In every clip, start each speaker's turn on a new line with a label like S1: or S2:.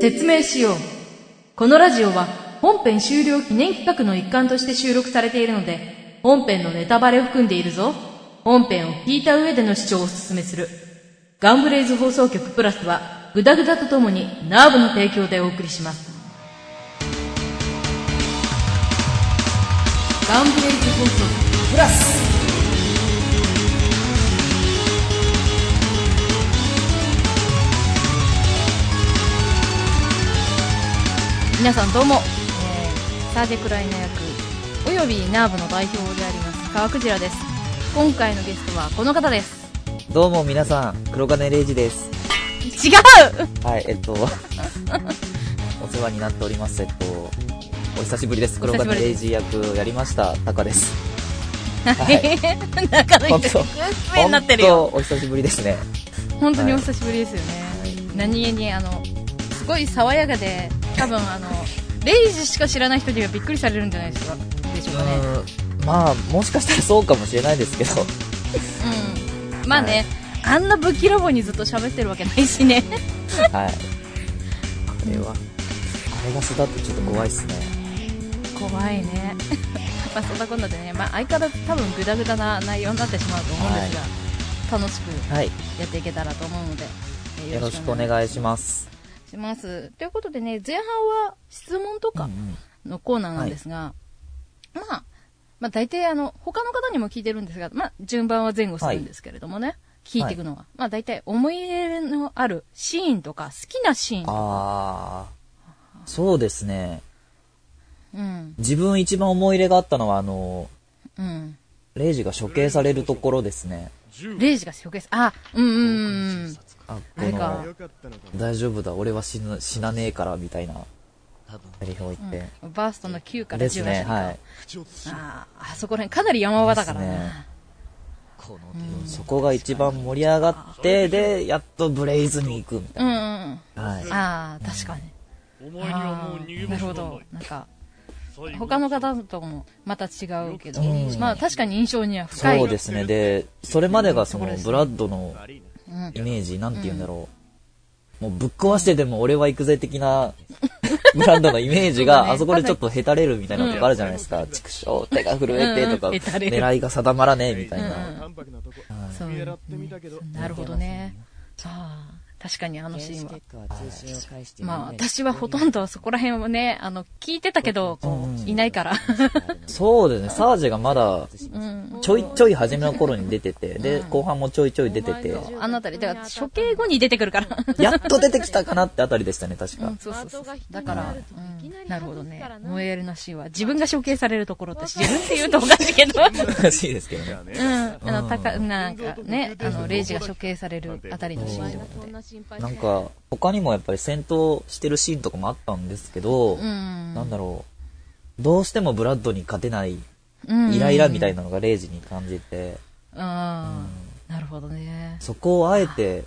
S1: 説明しよう。このラジオは本編終了記念企画の一環として収録されているので、本編のネタバレを含んでいるぞ。本編を聞いた上での視聴をお勧めする。ガンブレイズ放送局プラスは、グダグダとともにナーブの提供でお送りします。ガンブレイズ放送局。
S2: プラス
S1: 皆さんどうも、えー、サージェクライナ役およびナーブの代表であります川クジラです今回のゲストはこの方です
S2: どうも皆さん黒金礼二です
S1: 違う
S2: はいえっと お世話になっておりますえっとお久しぶりです黒金礼二役やりましたタカです
S1: はい、中の
S2: 本
S1: 人
S2: 当
S1: グ ッズになってるよ
S2: 本当お久しぶりですね
S1: 本当にお久しぶりですよね、何気にあのすごい爽やかで多分あのレイジしか知らない人にはびっくりされるんじゃないですかでしょうかね
S2: うんまあもしかしたらそうかもしれないですけ ど
S1: うんまあね、あんな武器ラボにずっと喋ってるわけないしね
S2: はいこれはあれが巣だってちょっと怖いっすね
S1: 怖いね まあそんなこんなでね、まあ、相変わらず多分グダグダな内容になってしまうと思うんですが、楽しく
S2: はい
S1: やっていけたらと思うのでえー
S2: よろしくお願いします
S1: しますということでね前半は質問と
S2: うん
S1: か
S2: うん
S1: のコーナーなんですが、まあまあ大体あの他の方にも聞いてるんですが、まあ、順番は前後するんですけれどもね、聞いていくのは、まあ大体思い入れのあるシーンとか好きなシーンとか、
S2: ああそうですね
S1: うん
S2: 自分一番思い入れがあったのはあの
S1: うん、
S2: レイジが処刑されるところですね。
S1: レイジが紹介すあうんうんうん
S2: あ、こ
S1: あれか
S2: の、大丈夫だ、俺は死ぬ、死なねえから、みたいな、セリフを言って。
S1: バーストの9から
S2: です
S1: 10らし
S2: ね
S1: い、か
S2: はい。
S1: あーあそこら辺かなり山場だから
S2: で
S1: ね
S2: すねそこが一番盛り上がって、で、やっとブレイズに行く、みた
S1: うんうんうん
S2: いな。はい。
S1: ああ確かに
S3: お前には
S1: あ
S3: もう逃げ
S1: ー
S3: 場
S1: なる
S3: 所
S1: ほ
S3: が
S1: どなんか
S3: ない。
S1: 他の方ともまた違うけど、
S2: うん
S1: まあ確かに印象には深い
S2: そうですね。で、それまでがその、ブラッドの
S1: うん
S2: イメージ、なんて言うんだろう。もうぶっ壊してでも俺は行くぜ 的なブランドのイメージ
S1: そうだね
S2: が、あそこでちょっとへたれるみたいなとこあるじゃないですか。畜生、手が震えてとか、
S1: うんうんへたれる
S2: 狙いが定まらねえみたいな。
S4: 淡白なとこ
S1: そうねなるほどねああ確かにあのシーンはまあ私はほとんどそこら辺をねあの聞いてたけどこういないから、
S2: そうですね、サージェがま
S1: う
S2: だ、
S1: ん、
S2: ちょいちょい初めの頃に出てて、で、後半もちょいちょい出てて、
S1: あの辺りだから処刑後に出てくるから
S2: やっと出てきたかなってあたりでしたね、確
S1: う
S2: か
S1: ん。そうそうそう
S5: パートが一つ
S1: だから、
S5: あるといきなり
S1: なるほどね
S5: 外すからな
S1: 燃えるなしは自分が処刑されるところって自分って言うとおかしいけどう
S2: おかしいですけどね。
S1: んあのたかなんかねあのレイジが処刑されるあたりのシーンとか
S5: そ
S1: で
S5: んな心配し
S2: な
S5: なん
S2: か、他にもやっぱり戦闘してるシーンとかもあったんですけど、
S1: うん
S2: なんだろう、どうしてもブラッドに勝てない
S1: うん
S2: イライラみたいなのがレイジに感じて、
S1: ああ、なるほどね。
S2: そこをあえて、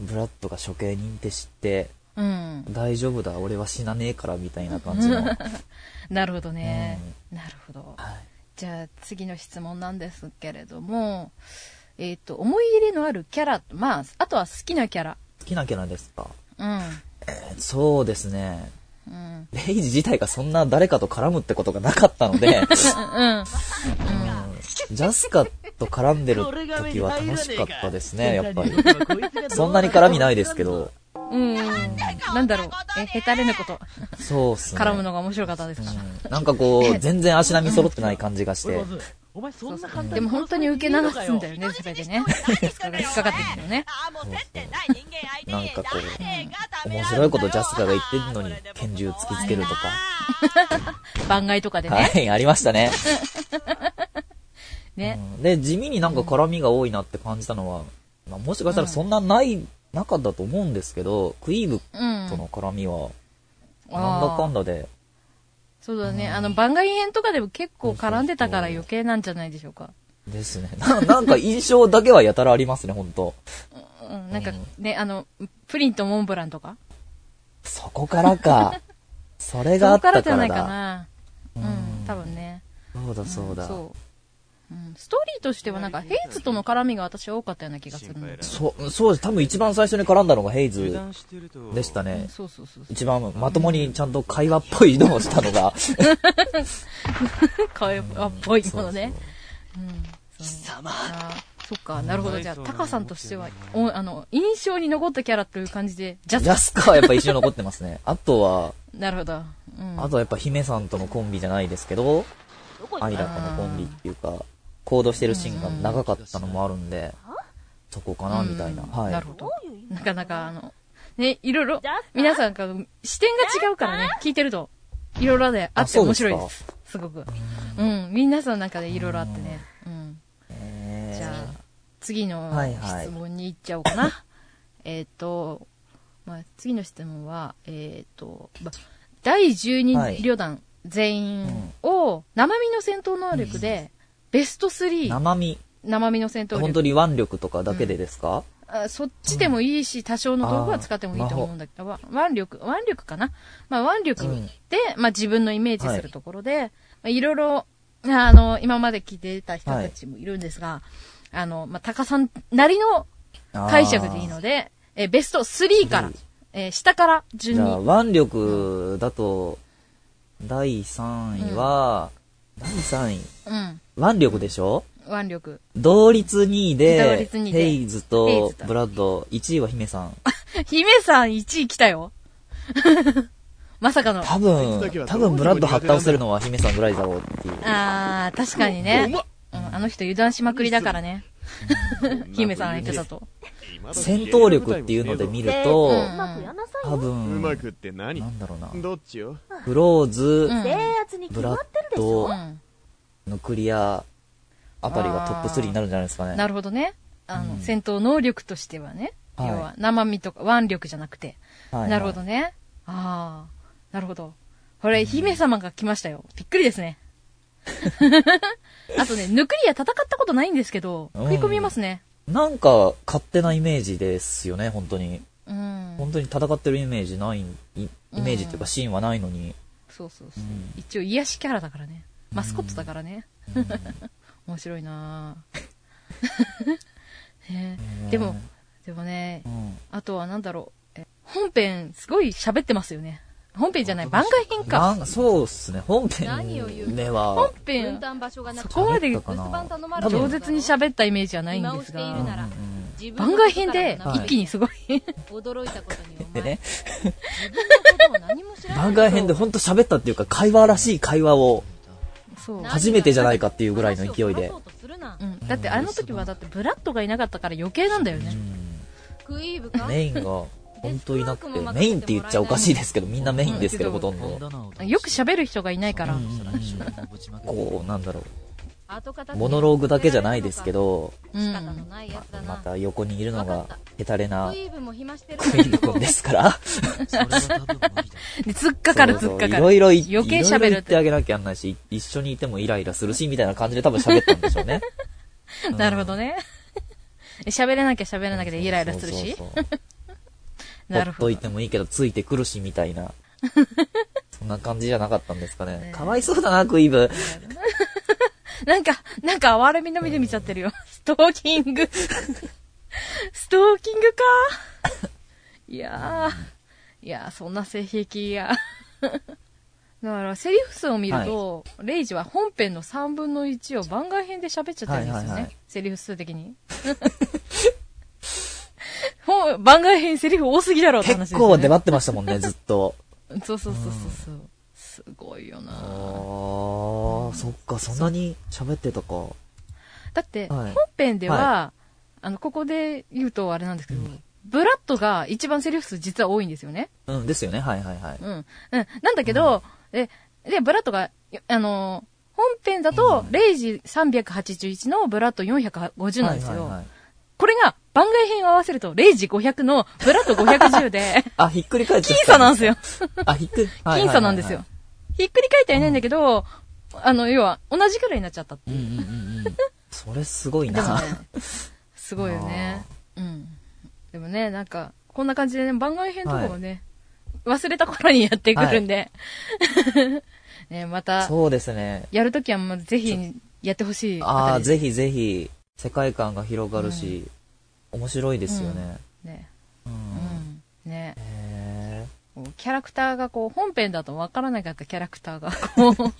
S2: ブラッドが処刑人って知って、
S1: うん。
S2: 大丈夫だ、俺は死なねえからみたいな 感じの。
S1: なるほどね。なるほど。じゃあ次の質問なんですけれども、えっ、と、思い入れのあるキャラ、まあ、あとは好きなキャラ。
S2: 好きなキャラですか
S1: う
S2: そうですね。
S1: ん。うん。
S2: レイジ自体がそんな誰かと絡むってことがなかったの で、
S1: うん。
S2: ジャスカと絡んでる時は楽しかったですね、やっぱり。 そんなに絡みないですけど、
S1: うん。なんだろう。え、ヘタレのこと、
S2: そうっすね。
S1: 絡むのが面白かったですから。
S2: うんなんかこう、全然足並み揃ってない感じがして、
S6: お前そ
S1: そうん
S6: な
S1: そう
S6: 簡単
S1: でも本当に受け流すんだ
S6: よ。
S1: よね、すべてね。ジャスカが引っかかってきてるね。
S2: なんかこう、面白いことジャスカが言ってるのに拳銃突きつけるとか。
S1: 番外とかでね。
S2: はい、ありましたね。
S1: ね。
S2: うんで、地味になんか絡みが多いなって感じたのは、まあ、もしかしたらそんなない、なかったと思うんですけど、クイーブ
S1: うん。
S2: との絡みは、
S1: あー
S2: なんだかんだで、
S1: そうだね。あの、番外編とかでも結構絡んでたから余計なんじゃないでしょうか。
S2: ですね。 ななんか印象だけはやたらありますね、本当
S1: うん、なんかね、あの、プリンとモンブランとか。
S2: そこか らか。それがあ
S1: そ
S2: っ
S1: こから
S2: た
S1: じゃ
S2: か
S1: な
S2: ら
S1: いか
S2: だ。
S1: な。うん、多分ね。
S2: そうだそうだ。
S1: そう。うんストーリーとしてはなんかヘイズとの絡みが私は多かったような気がするので、
S2: そう、そうです。多分一番最初に絡んだのがヘイズ
S7: 断してると
S2: でしたね。
S1: そうそうそうそ
S2: 一番まともにちゃんと会話っぽいのをしたのが、
S1: う会話っぽいものねうんそう
S8: 様
S1: あーそっかなるほどじゃあタカさんとしてはおあの印象に残ったキャラという感じでジャ
S2: ジャスカはやっぱ一緒に残ってま すね。あとは、
S1: なるほど、うん、
S2: あとはやっぱ姫さんとのコンビじゃないですけど、
S8: どこ
S2: ア
S8: に
S2: イラとのコンビっていうか、行動してるシーンが長かったのもあるんで、そこかな、みたいな。はい。
S1: なるほど
S8: どういう意味
S1: なかなかあのねいろいろ
S8: ジャスカ
S1: 皆さんが視点が違うからね聞いてるといろいろであって面白い
S2: あそ
S1: で
S2: うです
S1: すごくうん皆さんの中でいろいろあってねうん
S2: えー
S1: じゃあ、次の
S2: はいはい
S1: 質問に行っちゃおうかな。 えっと、まあ、次の質問は、えっ、と、まあ第
S2: は
S1: 12
S2: い
S1: 旅団全員を、生身の戦闘能力で、ベスト3、
S2: 生身、
S1: 生身の戦闘
S2: 本当
S1: 力。
S2: に腕力とかだけでですか、
S1: あそっちでもいいし、多少の道具は使ってもいいと思うんだけど、わ腕力、腕力かな。まあ、腕力
S2: うん
S1: で、まあ、自分のイメージ
S2: はい
S1: するところで、いまあ、いろいろ、あの、今まで聞いてた人たちもいるんですが、あの、まあ、高さんなりの
S2: あー
S1: 解釈でいいので、えーベスト3から、えー下から順
S2: じ
S1: に。
S2: ゃあ、腕力だと、第3位は、第3位、
S1: うん。
S2: 腕力でしょ
S1: 腕力。
S2: 同率2位
S1: 同
S2: で、
S1: 率二位で
S2: ヘイズ
S1: ヘイ
S2: と
S1: ズと
S2: ブラッド、1位は姫さん。
S1: 姫さん1位来たよ。 まさかの。
S2: 多
S9: あいつだけ
S2: 分、
S9: は
S2: 多分ブラッド発動するのは姫さんぐらいだろうっていう。
S1: あー、確かにね。うんあの人油断しまくりだからね。姫さん相手だと。
S2: 戦闘力っていうので見ると、
S8: うまくやんなさい
S2: 多
S9: う
S2: 分、
S9: まくって何
S2: なんだろうな。
S9: どっちよ
S2: フローズ、
S1: うん
S8: 制圧に決
S2: ブ
S8: ま
S2: ラッ
S8: ってるでしょ
S2: ド
S1: う、ん。
S2: のクリアあたりがトップ3になるんじゃないですかね。
S1: なるほどね。あの、戦闘能力としてはね。要
S2: はい
S1: は、生身とか腕力じゃなくて。
S2: はい
S1: なるほどね。あー、なるほど。これ、姫様が来ましたよ。びっくり ですね。あとね、ヌクリア戦ったことないんですけど、
S2: うん
S1: 食い込みますね。
S2: なんか、勝手なイメージですよね、本当に。
S1: うん。
S2: 本当に戦ってるイメージない、イイメージっていうかシーンはないのに。
S1: そうそうそう。一応、癒しキャラだからね。マスコットだからね。面白いな ぁ ねでも、でもね、
S2: うん
S1: あとはなんだろう。え本編、すごい喋ってますよね。本編じゃない、番外編か。
S2: なんそうっすね、本編
S5: 何を言う
S2: で
S1: 本
S2: は、
S1: 編、
S5: 分担場所がなく
S1: そこまで
S2: 喋ったかな
S5: 留守番頼まれ
S2: 多
S5: てる
S1: 饒
S2: 分
S1: 舌に喋ったイメージはないん
S5: 暇を
S1: で
S5: し
S1: す
S5: ている
S1: が、
S5: なら、自分
S1: 番
S5: の
S1: 外
S5: こと
S1: 編
S5: から
S1: で
S5: 学
S1: 一
S5: べ
S1: 気にすごい。
S5: 驚いたことにお
S2: で
S5: 前、
S2: ね、
S5: 自分のことを何も知らない。
S2: 番外編で本当喋ったっていうか、会話らしい会話を
S1: そう。
S2: 初めてじゃないかっていうぐらいの勢い
S5: 話
S2: で
S5: を。話そうとするな
S1: うん、だってあの時はだってブラッドがいなかったから余計なんだよね。
S5: クイーブか
S2: メインが本当いなくて、メインって言っちゃおかしいですけど、みんなメインですけど、ほとんど。
S1: よく喋る人がいないから。
S2: こう、なんだろ
S5: 後片
S2: う、
S5: 付け
S2: モノローグだけじゃないですけど、
S1: う
S5: 仕方の
S1: ん。
S5: ないやつだな
S2: また横にいるのが、ヘタレな
S5: クイーブも暇してる
S2: クイーンの子ですから、
S1: で、突っ かかる
S2: そうそ
S1: 突
S2: う
S1: っかかる。
S2: いろいろい
S1: 余計喋
S2: いろいろ
S1: る
S2: 言
S1: っ
S2: ってあ
S1: て。
S2: げなきゃなんないし、い一緒にいてもイライラするし、みたいな感じで多分喋ったんでしょうね。
S1: なるほどね。 喋れなきゃ喋れなきゃでイライラするし
S2: そ。うそうそう
S1: な
S2: ほ
S1: る
S2: っ
S1: ほ
S2: とい
S1: ど。
S2: てもいいけど、ついてくるし、みた いな。そんな感じじゃなかったんですかね。かわいそうだな、クイーブ。
S1: なんか、なんか哀れみの目で見ちゃってるよ。ストーキング。ストーキングか。いやー。いやー、そんな性癖や。だから、セリフ数を見ると、レイジは本編の3分の1を番外編で喋っちゃってるんですよね。
S2: はいはいはい
S1: セリフ数的に。ほん番外編セリフ多すぎだろって話です
S2: 結
S1: よね。
S2: 構出張ってましたもんね、ずっ と。
S1: そうそうそうそう。うすごいよ
S2: あ
S1: な
S2: ー、そっか、そんなに喋ってたか。
S1: だって、
S2: はい
S1: 本編では、あの、ここで言うとあれなんですけど、ブラッドが一番セリフ数実は多いんですよね。
S2: うん、ですよね、はいはいはい。
S1: うん。うん。なんだけど、え、で、ブラッドが、よあのー、本編だと、0時381のブラッド450なんですよ。
S2: はいはいはい
S1: これが、番外編を合わせると、0時500のブラッド510で、
S2: あ、ひっくり返って
S1: 僅
S2: きた
S1: 差なんですよ。
S2: あ、ひっくり、はいはいはいはい
S1: 僅差なんですよ。。ひっくり返ってはいないんだけど、あの、要は、同じくらいになっちゃったっていう
S2: うんうんうんうん。それすごい
S1: でも
S2: な
S1: ね。、 すごいよね。うん。でもね、なんか、こんな感じでね、番外編とかもね、忘れた頃にや ってくるんで、ね、また、
S2: そうですね。
S1: やるときはもうぜひ、やってほしい
S2: あ
S1: あ
S2: あ、ぜひぜひ、世界観が広がるし、面白いですよね。
S1: ね
S2: うん。
S1: うんね
S2: へ
S1: こうキャラクターがこう本編だとわからなかったキャラクターがこ う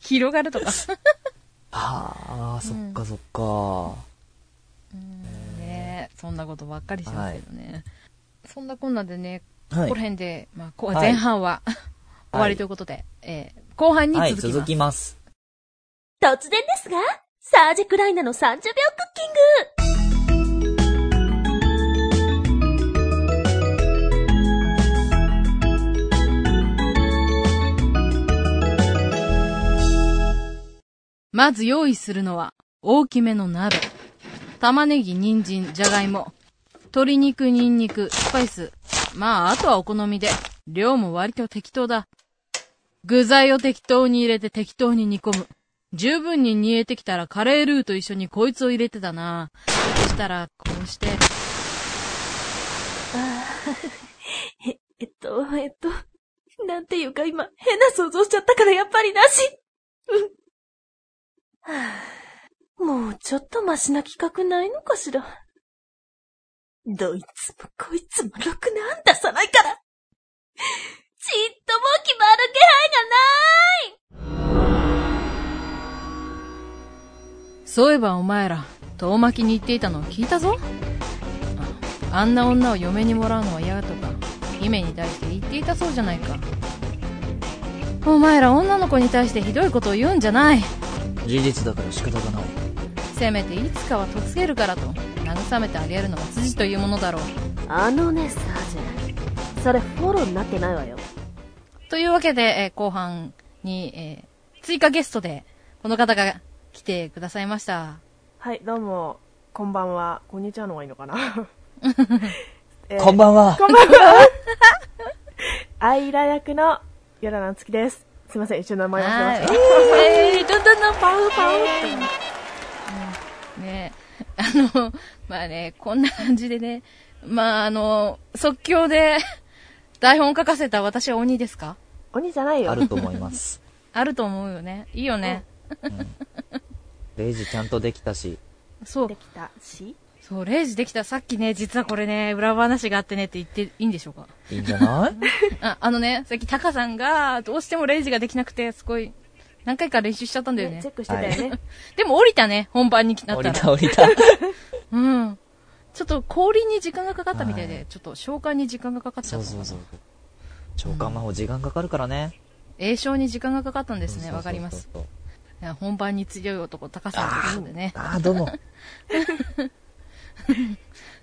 S1: 広がるとか
S2: ーああ、そっかそっか。
S1: ねそんなことばっかりしますけどね、そんなこんなでね
S2: は
S1: こ
S2: い
S1: こら。辺で、まあ、こ
S2: はい
S1: 前半は、終わりということで、えー後半に
S2: はい、
S1: 続きます。
S2: 続きます。
S7: 突然ですが、サージクライナの30秒クッキング
S1: まず用意するのは、大きめの鍋。玉ねぎ、人参、じゃがいも。鶏肉、ニンニク、スパイス。まあ、あとはお好みで。量も割と適当だ。具材を適当に入れて適当に煮込む。十分に煮えてきたらカレールーと一緒にこいつを入れてたな。そしたら、こうして、
S7: えっと、えっと、なんていうか今、変な想像しちゃったからやっぱりなし。うん。はあもうちょっとマシな企画ないのかしら。どいつもこいつもろくな案出さないから。ちっとも決まる気
S1: そういえばお前ら遠巻きに言っていたのを聞いたぞああんな女を嫁にもらうのは嫌とか姫に対して言っていたそうじゃないかお前ら女の子に対してひどいことを言うんじゃない
S2: 事実だから仕方がない。
S1: せめていつかは嫁げるからと慰めてあげるのが筋というものだろ
S7: 配
S1: う
S7: あのね、サージェン。それフォローになってないわよ。
S1: というわけで、えー後半に、えー追加ゲストでこの方が来てくださいました
S8: はい、どうも、こんばんは。こんにちはの方がいいのかな。 えー
S2: こんばんは。
S8: こんばんは。アイラ役のヨラナツキです。すいません、一緒に名前忘れまし
S1: は
S8: た。
S1: い。えー、どんどん どんパウパウって。 ねあの、まあね、こんな感じでね、まああの、即興で台本書かせた私は鬼ですか
S8: 鬼じゃないよ。
S2: あると思います。
S1: あると思うよね。いいよね。
S2: レイジちゃんとできたし。
S1: そう
S8: で。きたし。
S1: そう、レイジできたさっきね、実はこれね、裏話があってねって言っていいんでしょうか
S2: いいんじゃない
S1: ああのね、さっきタカさんが、どうしてもレイジができなくて、すごい、何回か練習しちゃったんだよ
S8: ね
S1: ね
S8: チェ。ックしてたよね。
S1: でも降りたね、本番にな
S2: 降
S1: った
S2: り
S1: ら
S2: た。降り た。
S1: うん。ちょっと氷に時間がかかったみたいで、
S2: は
S1: ちょっと消化に時間がかかっちゃ
S2: そ
S1: っ
S2: う
S1: た。
S2: そうそう。召喚魔法時間かかるからね。
S1: 栄翔に時間がかかったんですね。
S2: そうそうそうそう
S1: わかります。。いや本番に強い男、高さんということでね。
S2: ああ、どうも。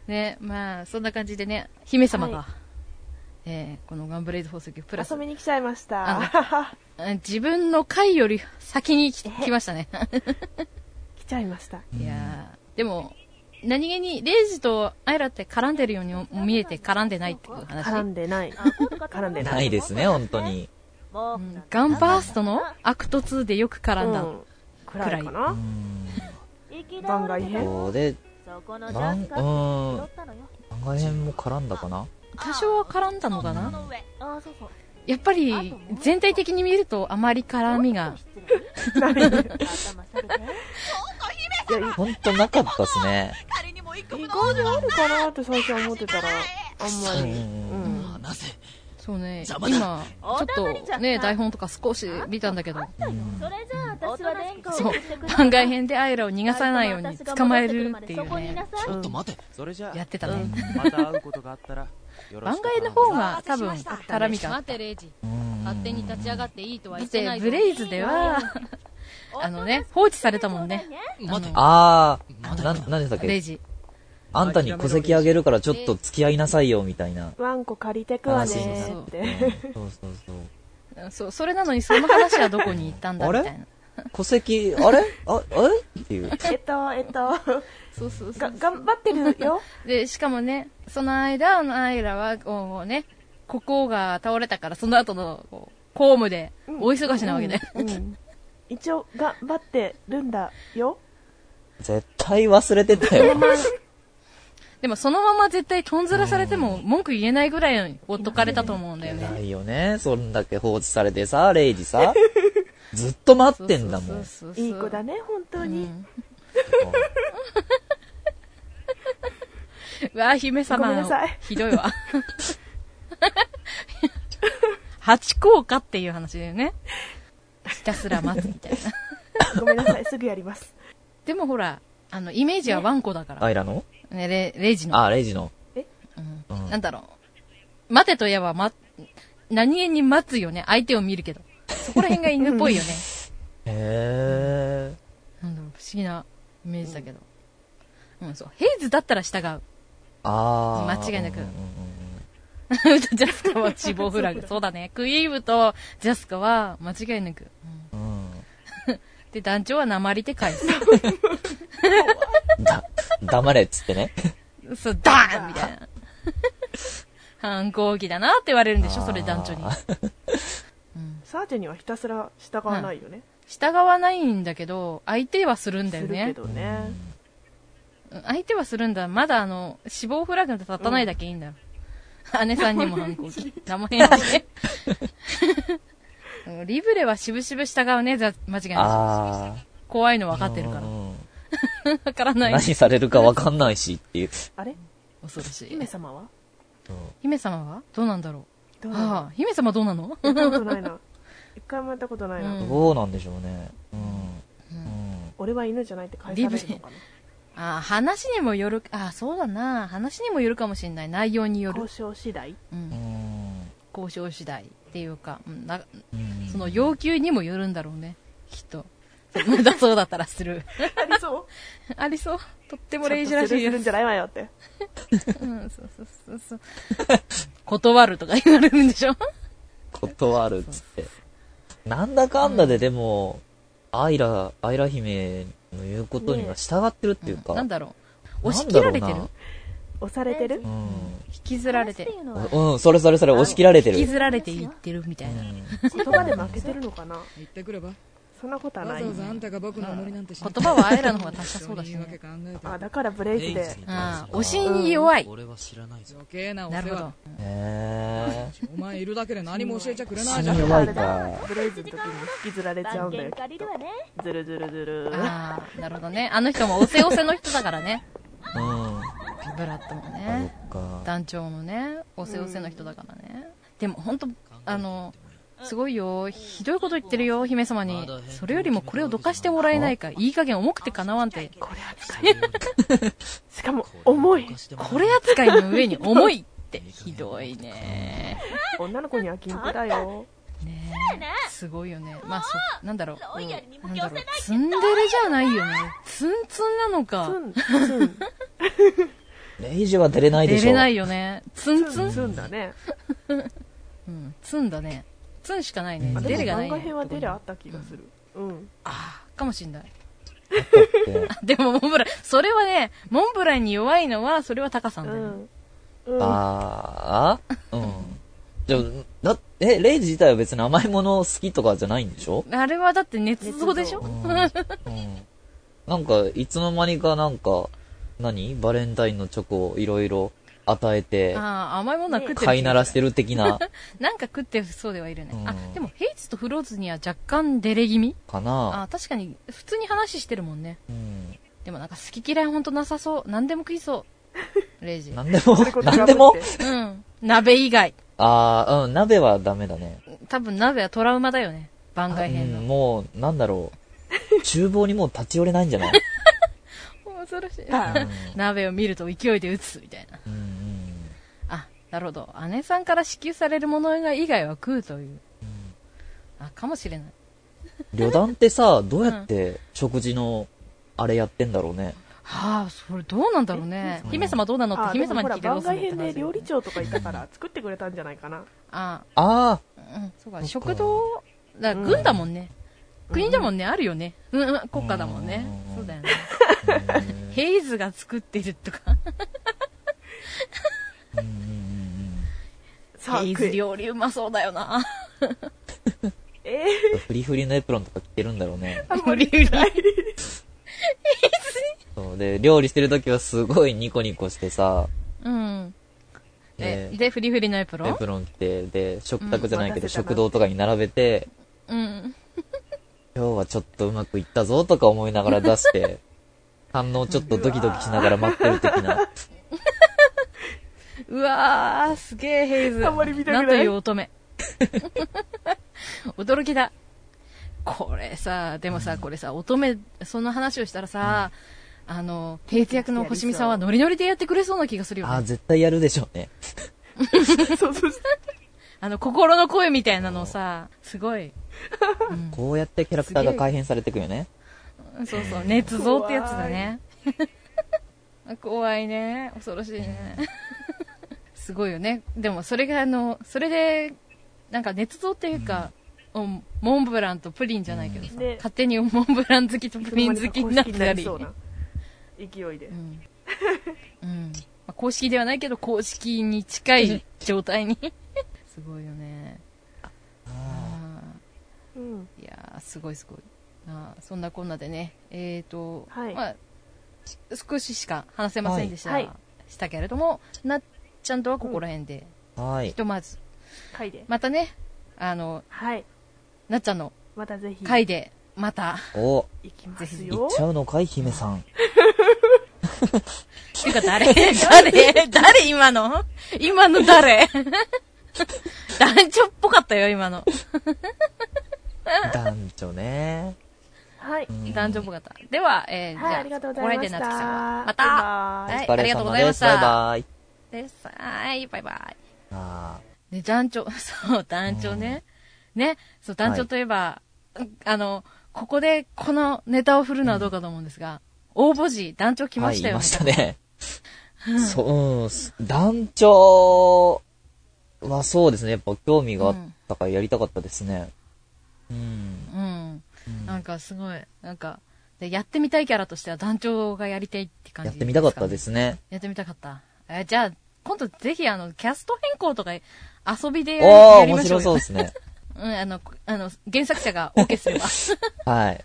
S1: ね、まあ、そんな感じでね、姫様が、
S8: はい
S1: えーこのガンブレイズ宝石プラス
S8: 遊、びに来ちゃいまし
S1: あの
S8: た。来
S1: うん自分の回より先に来来ましたね。
S8: ちゃいました。
S1: いやーでも、何気に、レイジとアイラって絡んでるようにも見えて絡んでないっていう
S8: 絡
S1: 話。
S8: んでない。絡んで
S2: な
S8: ない。
S2: いですね、本当に。
S5: もう
S1: ガンバーストのアクト2でよく絡んだ。
S8: うん。くらいかな
S5: 行き
S8: 番外
S2: こ
S8: 編
S2: こで、
S5: そこのジ
S2: 番、う
S5: ャ
S2: ん。
S5: ッカー
S2: 番
S5: ったのよ
S2: 外編も絡んだかな
S1: 多少は絡んだのかな
S5: の上ああそうそう
S1: やっぱり全体的に見るとあまり絡みが
S5: 失礼頭下げて
S2: 本当なかったっすね。
S8: 意外であるかなって最初思ってたら、あんまり。うん。
S1: そうね今ちょっとね台本とか少し見たんだけど
S5: それじゃあ私は蓮子を
S1: そう
S5: 送ってくる
S1: 番外編でアイラを逃がさないように捕まえるっていう
S5: そこにい
S1: ね
S5: なさい
S10: それじゃあ
S1: やってたね
S10: また会うことが あったらよろ
S1: 番
S10: しく
S1: 外の方が多分絡みがあった
S5: 待てレイジ
S2: うん
S5: 勝手に立ち上がっていいとは
S1: だ
S5: 言
S1: っ
S5: ってな
S1: て
S5: いぞ
S1: ブレイズで はあのね放置されたもんねあの
S2: ああ、な、なんでしたっ
S1: レイ
S2: け
S1: ジ
S2: あんたに戸籍あげるからちょっと付き合いなさいよ、みたいな。
S8: ワンコ借りてくわ
S2: あ
S8: ねー
S1: そう
S8: っ
S2: うん
S8: て。
S2: そうそうそう。
S1: そうそれなのにその話はどこに行ったんだみたいな
S2: 戸籍、あれあ、えっていう。
S8: えっと、えっと、
S1: そうそうそう
S8: が、頑張ってるよ。
S1: で、しかもね、その間、あのアイラは、こうね、ここが倒れたから、その後の、こう、公務で、お忙しなわけで。
S8: うん、一応頑張ってるんだよ
S2: 絶対忘れてたよ。
S1: でも、そのまま絶対、とんずらされても、文句言えないぐらいの、ほっとかれたと思うんだよね。
S2: ないよね。そんだけ放置されてさ、レイジさ。ずっと待ってんだもん。
S1: そうそうそうそう
S8: いい子だね本のに。
S1: うわ、姫様
S8: ごめんなさい
S1: ひどいわ。八効果っていう話だよね。ひたすら待つみたいな。
S8: ごめんなさい、すぐやります。
S1: でもほら、あの、イメージはワンコだから。
S2: アイラの
S1: ね、レレイジの。
S2: あ、レイジの。
S1: うん
S2: うん
S1: なんだろう。待てといえば、ま、何気に待つよね。相手を見るけど。そこら辺が犬っぽいよね。
S2: へー。
S1: なんだろう、不思議なイメージだけど。うん、そう。ヘイズだったら従う。
S2: あー。
S1: 間違いなく
S2: うんうんうん
S1: ジャスカは死亡フラグ。そうだね。クイーブとジャスカは間違いなく。うん
S2: うん
S1: で、団長は鉛で返す。
S2: うんだ、黙れっつってね。
S1: そう、ダーンみたいな。反抗期だなって言われるんでしょそれ団長に
S2: あ。ー
S8: サージェにはひたすら従わないよね。
S1: 従わないんだけど、相手はするんだよ
S8: するけ
S1: ね。
S8: どね。
S1: うん相手はするんだ。まだあの、死亡フラグなんて立たないだけいいんだよ。姉さんにも反抗 期。名前をね。うんリブレは渋々従うね、ざ間違いな
S2: あ
S1: い。怖いの
S2: ー。
S1: 分かってるから。
S2: うんうん
S1: 分からない。
S2: 何されるかわかんないしっていう。
S8: あれ
S1: 恐ろしい
S8: 姫。様は
S1: 姫様はどうなんだろ
S8: ど
S1: う
S8: うな
S1: ああ、姫様どうなの
S8: のやったことないな。一回もやったことないうな。
S1: ん
S2: どうなんでしょうね。うん。
S1: うん
S2: うん
S8: 俺は犬じゃないって返されるのか
S1: ああ、話にもよる、ああ、そうだな。話にもよるかもしれない。内容によ
S8: な。
S1: る
S8: 交。渉次第
S1: う。
S2: うんん。
S1: 交渉次第っていうか、うん、な
S2: うん
S1: その要求にもよるんだろうね。きっと。無駄そうだ ったらする。
S8: ありそう
S1: ありそう。と っても
S8: こ
S1: レ
S8: れ
S1: イ
S8: 以
S1: ジら
S8: 上
S1: しい
S8: す
S1: で
S8: るん
S1: す。
S8: じゃないわよって。
S1: うん、そうそうそうそう。 断るとか言われるんでしょ
S2: 断るっつって。なんだかんだででも、アイラ、アイラ姫の言うことには従ってるっていうか。
S1: なんだろう。押し切
S2: なん
S1: ら
S2: だ
S1: れて
S2: ろう
S1: る
S2: な
S8: 押されてる
S2: う
S1: 引きずられて
S5: っていうのは
S2: ん。うん、それそれそれ押し切られて
S1: 引き
S2: る。
S1: ずられていってるみたいな。
S8: 言葉で負けてるのかな
S11: 言ってくれば
S8: そんなことは
S11: わ
S8: ない
S11: ざ。わざあんたが僕の重りなんてし
S1: 言葉はアイラの方が達者そうだし
S11: 言い訳
S1: ね。
S11: 考えて
S8: あ、だからブレイクで。
S1: ああ、押しに弱い。
S10: 俺は知らないぞ
S11: 余計なお世
S1: なるほ
S11: 話
S1: ど。
S2: へ
S11: お前いるだけで何も教えちゃくれない
S2: ぇ
S11: じゃん
S2: ー。弱いか。
S8: ブレイズの時に引きずられちゃうんだ
S5: 番
S8: よ
S5: 犬。借りるわね
S8: ずるずるずる。
S1: ああ、なるほどね。あの人もおせおせの人だからね。
S2: うん。
S1: ブラッドも
S2: そっ
S1: ね。
S2: か。
S1: 団長もね。おせおせの人だからね。でも本当あの、すごいよ。ひどいこと言ってるよ、姫様に。それよりもこれをどかしてもらえないか。いい加減重くてかなわんて。
S8: これ扱い。しかも、重い。
S1: これ扱いの上に重いって。ひどいね。
S8: 女の子には禁句だよ。
S1: ねえすごいよね。まあ、そ、なんだろう。うんなんだろう。ツンデレじゃないよね。ツンツンなのか。
S8: ツン、ツン、
S2: レイジは出れないで
S1: 出
S2: しょ。
S1: れないよね。ツンツ
S8: ツン、
S1: ン
S8: ツンだね。
S1: うん、ツンだね。ツンしかないね
S2: う。ん
S1: デレがない、
S8: 漫画編は
S1: ね。
S8: デレあった気がする。うん。
S1: かもしんない。
S2: って。
S1: あ でも、モンブラン、それはね、モンブランに弱いのは、それはタカさ
S8: うん
S1: だよね。
S8: ん。うん。
S2: あーうん。じゃあ、だ、え、レイジ自体は別に甘いもの好きとかじゃないんでしょ
S1: あれはだって捏造でしょ
S2: うんうんなんか、いつの間にかなんか、何バレンタインのチョコをいろいろ与えて、
S1: ああ、甘いものは食ってる。
S2: 飼いならしてる的な、
S1: なんか食ってそうではいるね。
S2: うん
S1: あ、でも、ヘイツとフローズには若干デレ気味
S2: かな。
S1: あ確かに、普通に話してるもんね。
S2: うん。
S1: でもなんか好き嫌いほんとなさそう。何でも食いそう。レイジ。
S2: なんでも
S8: そういうこ、と
S2: なんでも
S8: 頑張って
S1: うん。鍋以外。
S2: ああ、うん、鍋はダメだね。
S1: 多分鍋はトラウマだよね。番外編
S2: う
S1: の
S2: ん。もう、なんだろう。厨房にもう立ち寄れないんじゃない
S1: 恐ろしい。
S2: うん
S1: 鍋を見ると勢いで打つみたいな。
S2: うんうん
S1: あ、なるほど。姉さんから支給されるもの以外は食うという。あ、かもしれない。
S2: 旅団ってさ、どうやって食事の、あれやってんだろうね。
S1: はあ、それどうなんだろうね。姫様どうなのって
S8: あ、で
S1: 姫様
S8: もほ
S1: に
S8: ら、
S1: 聞いてど
S8: 番
S1: うするのって
S8: 外編
S1: 話だよね
S8: で料理長とかいたから作ってくれたんじゃないかな。
S1: あ、
S2: あ
S1: うん、そう
S2: そっか
S1: か。食堂、だから軍だもんね。国だもんね、あるよね。うん、うん国家だもんね
S2: う。ん
S1: そうだよね。
S2: あ、うん
S1: ヘイズが作ってるとか、
S2: うんうん
S8: さあ、
S1: ヘイ
S8: 食
S1: ズ
S8: え。
S1: 料理うまそうだよな。
S8: え
S2: うんフリフリのエプロンとか着てるんだろうね。
S1: 無理無理。
S2: そうで、料理してるときはすごいニコニコしてさ、
S1: うん。で
S2: で、
S1: で、フリフリのエプロ
S2: エ
S1: ン
S2: プロン着て、で、食卓じゃないけ
S8: うん
S2: ど
S8: 任せたな
S2: 食堂とかに並べて、
S1: うん。
S2: 今日はちょっとうまくいったぞとか思いながら出して、反応ちょっとドキドキしながら待ってる的な。
S1: うわー、すげえヘイズ。
S8: あんまり見たくない
S1: んという乙女。 驚きだ。これさ、でもさ、これさ、乙女、その話をしたらさ、あの、平手役の星見さんはノリノリでやってくれそうな気がするよね。
S2: あ
S1: あ
S2: あ、絶対やるでしょうね。
S8: そうそうそう。
S1: の、心の声みたいなのをさ、すごい。
S2: こうやってキャラクターが改変されていくよね。
S1: そうそう、捏造ってやつだね。怖いね。恐ろしいね。 すごいよね。でもそれがあの、それで、なんか捏造っていうか、おモンブランとプリンじゃないけどさ、
S8: ね
S1: 勝手にモンブラン好きとプリン好きになったり。
S8: そうな勢いで
S1: う。ん。うん。まあ公式ではないけど、公式に近い状態に。 すごいよ ね。あー
S8: うん。
S1: いやー、すごいすごい。あーそんなこんなでね、えーと、
S8: はい
S1: まあ、少ししか話せませんでした,、
S8: はいはい
S1: したけれども、なっちゃんとはここら辺で、
S2: はい
S1: ひ。とまず、
S8: 回で。
S1: またね、あの、
S8: はい。
S1: なっちゃんの
S8: またぜひ。
S1: 回で、また、
S2: お、
S8: いきます
S2: 行
S8: よ
S2: っ。ちゃうのかい、姫さん。
S1: ていうか誰 誰誰今の今の誰 団長っぽかったよ、今の。
S2: 男女ね。
S8: はい。
S1: 男女っぽかった。では、えー
S8: はい、あり
S1: じゃ
S8: が
S1: あ、
S8: とう
S1: こ
S8: ご
S1: こら辺
S8: ざいまし
S1: で
S8: た。
S1: なっちゃんは。ま
S8: バ
S1: た、
S8: イバー
S1: は
S2: お
S8: イ
S1: い
S2: 疲
S1: あ
S2: れ
S1: りがとう
S2: 様
S1: ございま
S2: で
S1: し
S2: す。
S1: た
S2: バイバイ。
S1: です。はい、バイバイ。
S2: あ
S1: ね、団長、 そう、団長ね。ね、そう、団長といえば、うんあの、ここでこのネタを振るのはどうかと思うんですが、応募時、団長
S2: ー
S1: 来ましたよ、
S2: はい、いましたね。 そう、うん、団長はそうですね。やっぱ興味があったからやりたかったですね。うん。
S1: うん。なんかすごい、なんか、でやってみたいキャラとしては団長がやりたいって感じ
S2: やってみたかったですすね。
S1: ね。やってみたかった。えじゃあ、今度ぜひ、あの、キャスト変更とか遊びで
S2: お
S1: や
S2: ー、
S1: やり
S2: 面
S1: ましょ
S2: 白
S1: う
S2: そう
S1: よ。
S2: で すね。
S1: うん、あの、あの、原作者が OK すれば。
S2: はい。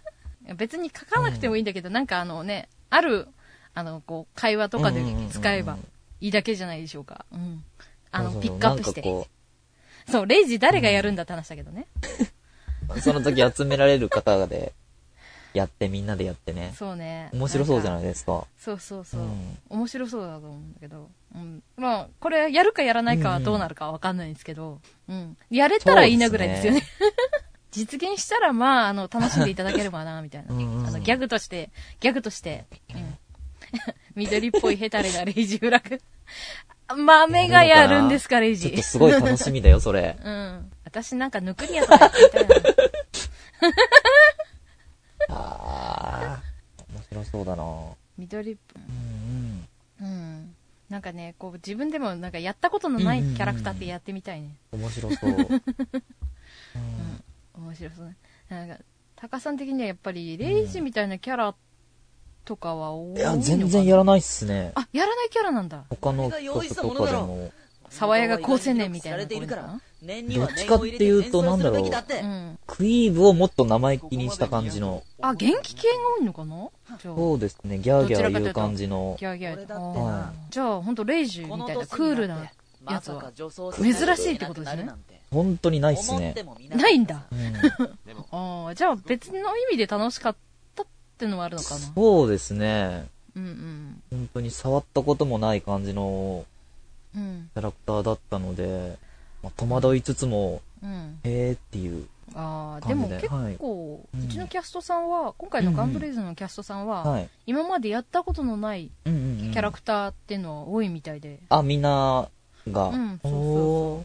S1: 別に書かなくてもいいんだけど、なんかあのね、ある、あの、こう、会話とかで使えばいいだけじゃないでしょうか。うん。あ
S2: そう
S1: の、
S2: そう
S1: ピ
S2: そう
S1: ックアップして。
S2: なんかこ
S1: そう、レイジ誰がやるんだって話だけどね。
S2: う、その時集められる方で、やって、みんなでやってね。
S1: そうね。
S2: 面白そうじゃないいですか。
S1: そうそうそうう。
S2: ん
S1: 面白そうだと思うんだけど。うん。まあ、これやるかやらないかはどうなるかわかんないんですけど、うん。やれたらいいなぐらいですよね。 実現したら、まあ、あの、楽しんでいただければな、みたいな。
S2: うんうん
S1: あの、ギャグとして、ギャグとして、うん。 緑っぽいヘタレなレイジフラグ。豆がやるんですか、レイ
S2: ちょっ
S1: ジ
S2: と。すごい楽しみだよ、それ。
S1: うん。私なんか、ぬくりやとかやってみたいな。
S2: あー、面白そうだな
S1: 緑っぽい。
S2: う
S1: う
S2: ん
S1: ん。なんかね、こう、自分でもなんか、やったことのないキャラクターってやってみたいね。
S2: うん。面白そう。うん
S1: 面白そうね。なんか、タカさん的にはやっぱり、レイジみたいなキャラとかは多いの
S2: い
S1: かな
S2: や、全然やらないっすね。
S1: あ、やらないキャラなんだ。
S2: 他の曲とかでも。
S1: 爽やか高青年みたいなのが多いのかな。
S2: どっちかっていうと、なんだろう、
S1: うん。
S2: クイーブをもっと生意気にした感じの、
S1: あ、元気系が多いのかなじゃあ、
S2: そうですね、ギャーギャー言う感じの、
S1: ギャーギャーとか
S2: てな
S1: あーじゃあ、ほんとレイジみたいなクールなやつは。珍しいってことですね
S2: 本当にないっすね。
S1: ないんだ。
S2: うん
S1: ああ、じゃあ別の意味で楽しかったってのはあるのかな。
S2: そうですね、
S1: うんうん。
S2: 本当に触ったこともない感じの
S1: うん。
S2: キャラクターだったので、まあ戸惑いつつも、
S1: うん。
S2: へーっていう。
S1: ああ、でも
S2: 感
S1: 結
S2: じではい
S1: 構、
S2: うん
S1: うちのキャストさんは、今回のガンブレイズのキャストさんは、
S2: はい。
S1: 今までやったことのない
S2: うんうんうん
S1: キャラクターっていうのは多いみたいで、
S2: あ、みんなが。
S1: うんそうそうそう
S2: おー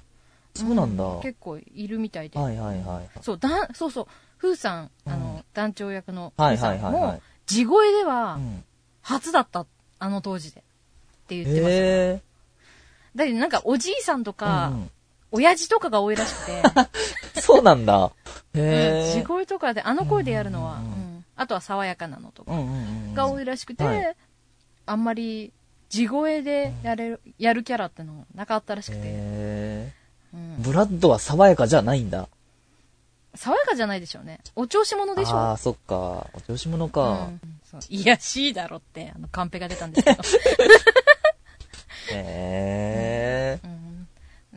S2: そうなんだ。
S1: う
S2: はい
S1: 結構いるみたいで、
S2: はいはい。
S1: そうだんそうそうふーさんあの、
S2: う
S1: 団長役のふ
S2: は
S1: ー
S2: いは
S1: さん
S2: いはいは
S1: も
S2: い。
S1: 地声で
S2: う
S1: は
S2: ん
S1: 初だったあの当時でって言ってました、
S2: へ
S1: だけどなんかおじいさんとか、
S2: ー。うんうん
S1: 親父とかが多いらしくて、
S2: そうなんだ。
S1: うん
S2: へ
S1: 地
S2: ー。
S1: 声とかであの声でやるのは、
S2: うんうんうん
S1: うんあとは爽やかなのとか
S2: うんうんうん。
S1: が多いらしくて、
S2: はい
S1: あんまり地声でやれるやるキャラってのなかったらしくて、
S2: へ
S1: うん
S2: ー。ブラッドは爽やかじゃないんだ。
S1: 爽やかじゃないでしょうねお調子者でしょう
S2: ああ、そっか。お調子者か
S1: う。ん、そういやしいだろってあのカンペが出たんですけど、
S2: へー。
S1: うん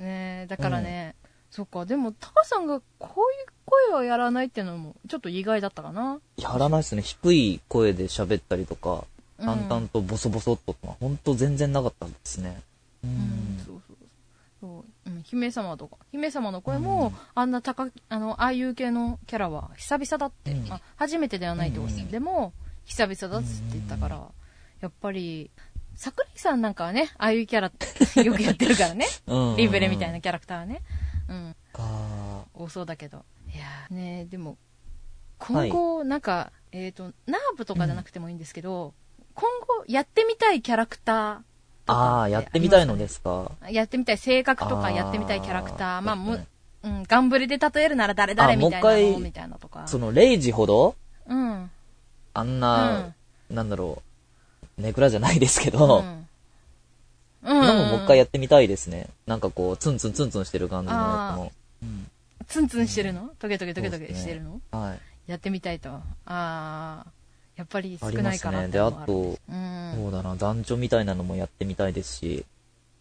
S1: ねえ、だからね、そっかでもタカさんがこういう声声をやらないっていうのも、ちょっと意外だったかな。
S2: やらないっすね。低い声で喋ったりとか、
S1: うん
S2: 淡々とボソボソっととか、ほんと全然なかったんですね。うん。
S1: そうそうそうそう、うん、姫様とか姫様の声も、あんな高あのああいう系のキャラは久々だって、
S2: うん
S1: あ初めてではないってことです、
S2: うん
S1: でも久々だっつって言ったから、やっぱり桜井さんなんかはねああいうキャラよくやってるからね
S2: うん
S1: リブレみたいなキャラクターはね、うん、
S2: あ
S1: 多そうだけどいやーねでも今後なんか、えっ、とナーブとかじゃなくてもいいんですけど、今後やってみたいキャラクター
S2: ーあー、やってみたいのですか。
S1: やってみたい性格と
S2: あ
S1: か
S2: ー
S1: やってみたいキャラクター、まあ、
S2: そう
S1: も
S2: ですね
S1: うん、ガンブリで例えるなら誰々
S2: あも
S1: み
S2: う一
S1: たい
S2: 回
S1: なのみたいなとか。
S2: その、レイジほど、
S1: うん。
S2: あんな、なんだろう、ネクラじゃないですけど、
S1: うん。うん。
S2: 今ももう一回やってみたいですね。なんかこう、ツンツンツンツンしてる感じの、
S1: あー
S2: こ
S1: ツンツンしてるのトゲトゲトゲトゲしてるの、
S2: の、はい。
S1: やってみたいと。あー、やっぱり少ないかなって
S2: あ
S1: の
S2: り
S1: は
S2: ますね
S1: る
S2: であと
S1: うん。
S2: そうだな、団長みたいなのもやってみたいですし、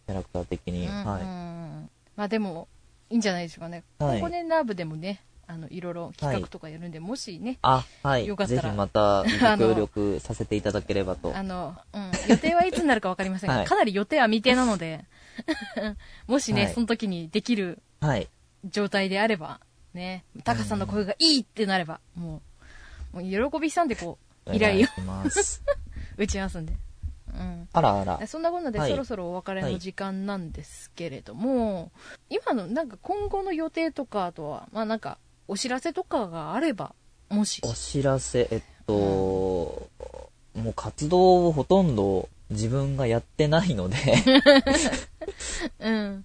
S2: キャラクター的に。
S1: うん
S2: は
S1: う
S2: い。
S1: んまあでも、いいんじゃないでしょうかね。
S2: はい
S1: ここでナーブでもね、あの、いろいろ企画とかやるんで、もしね、
S2: あ、はい。
S1: よかった
S2: ぜ
S1: ら
S2: ひまた
S1: あ、の
S2: ご協力させていただければと。
S1: あの、うん、予定はいつになるか分かりませんが、
S2: はい
S1: かなり予定は未定なので、 もしね、
S2: はい
S1: その時にできる
S2: はい。
S1: 状態であれば、ね、タカさんの声がいいってなれば、もう、もう喜びさんでこう、依頼を
S2: お願いし ます。
S1: 打ちますんで。うん。
S2: あらあら。
S1: そんなことで、
S2: はい
S1: そろそろお別れの時間なんですけれども、今のなんか今後の予定とか、あとは、まあなんか、お知らせとかがあれば、もし、
S2: お知らせ、えっと、もう活動をほとんど自分がやってないので、
S1: うん。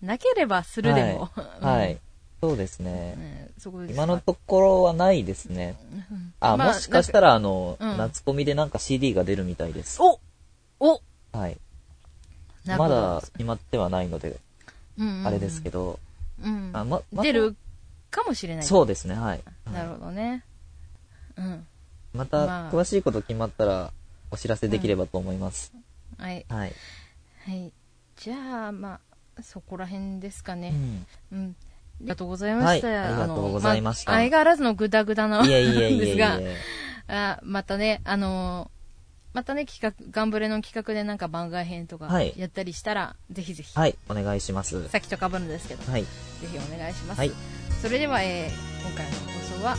S1: なければするでも、
S2: はい。そうで す
S1: う
S2: ね。
S1: ん。そこですか
S2: 今のところはないですね。あ、
S1: まあ
S2: もしかしたら、あの、
S1: うん
S2: 夏コミでなんか CD が出るみたいです。
S1: おお
S2: はい。
S1: な
S2: ま
S1: るほど
S2: だ決まってはないので、
S1: うんうんうん
S2: あれですけど。
S1: うん
S2: あまま
S1: 出るかもしれない
S2: そうですね、はい。
S1: なるほどねうん
S2: ま
S1: ま
S2: た、
S1: あ
S2: 詳しいこと決まったら、お知らせできればと思います。
S1: はい
S2: はい。
S1: はいじゃあまあそこら辺ですか
S2: う
S1: ね
S2: ん。
S1: うん、ありがとうございました、
S2: はいありがとうございました
S1: あのあ相変わらずのグダグダない
S2: えいえ いえ
S1: です
S2: い
S1: が
S2: え。
S1: あまたねあのまたね企画ガンブレの企画でなんか番外編とか
S2: はい
S1: やったりしたら、ぜひぜひ、
S2: はい、お願いします。
S1: さっきとかぶるんですけど
S2: はい。
S1: ぜひお願いします。
S2: はい
S1: それでは、えー今回の放送は、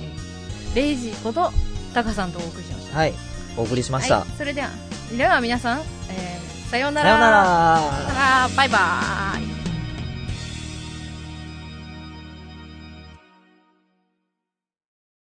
S1: えー、レイジことタカさんとお送りしました。
S2: はい。お送りしました。
S1: はい、それでは、では皆さん、えーさような
S2: さ
S1: ら。
S2: ようなら
S1: さようならバイバーイ。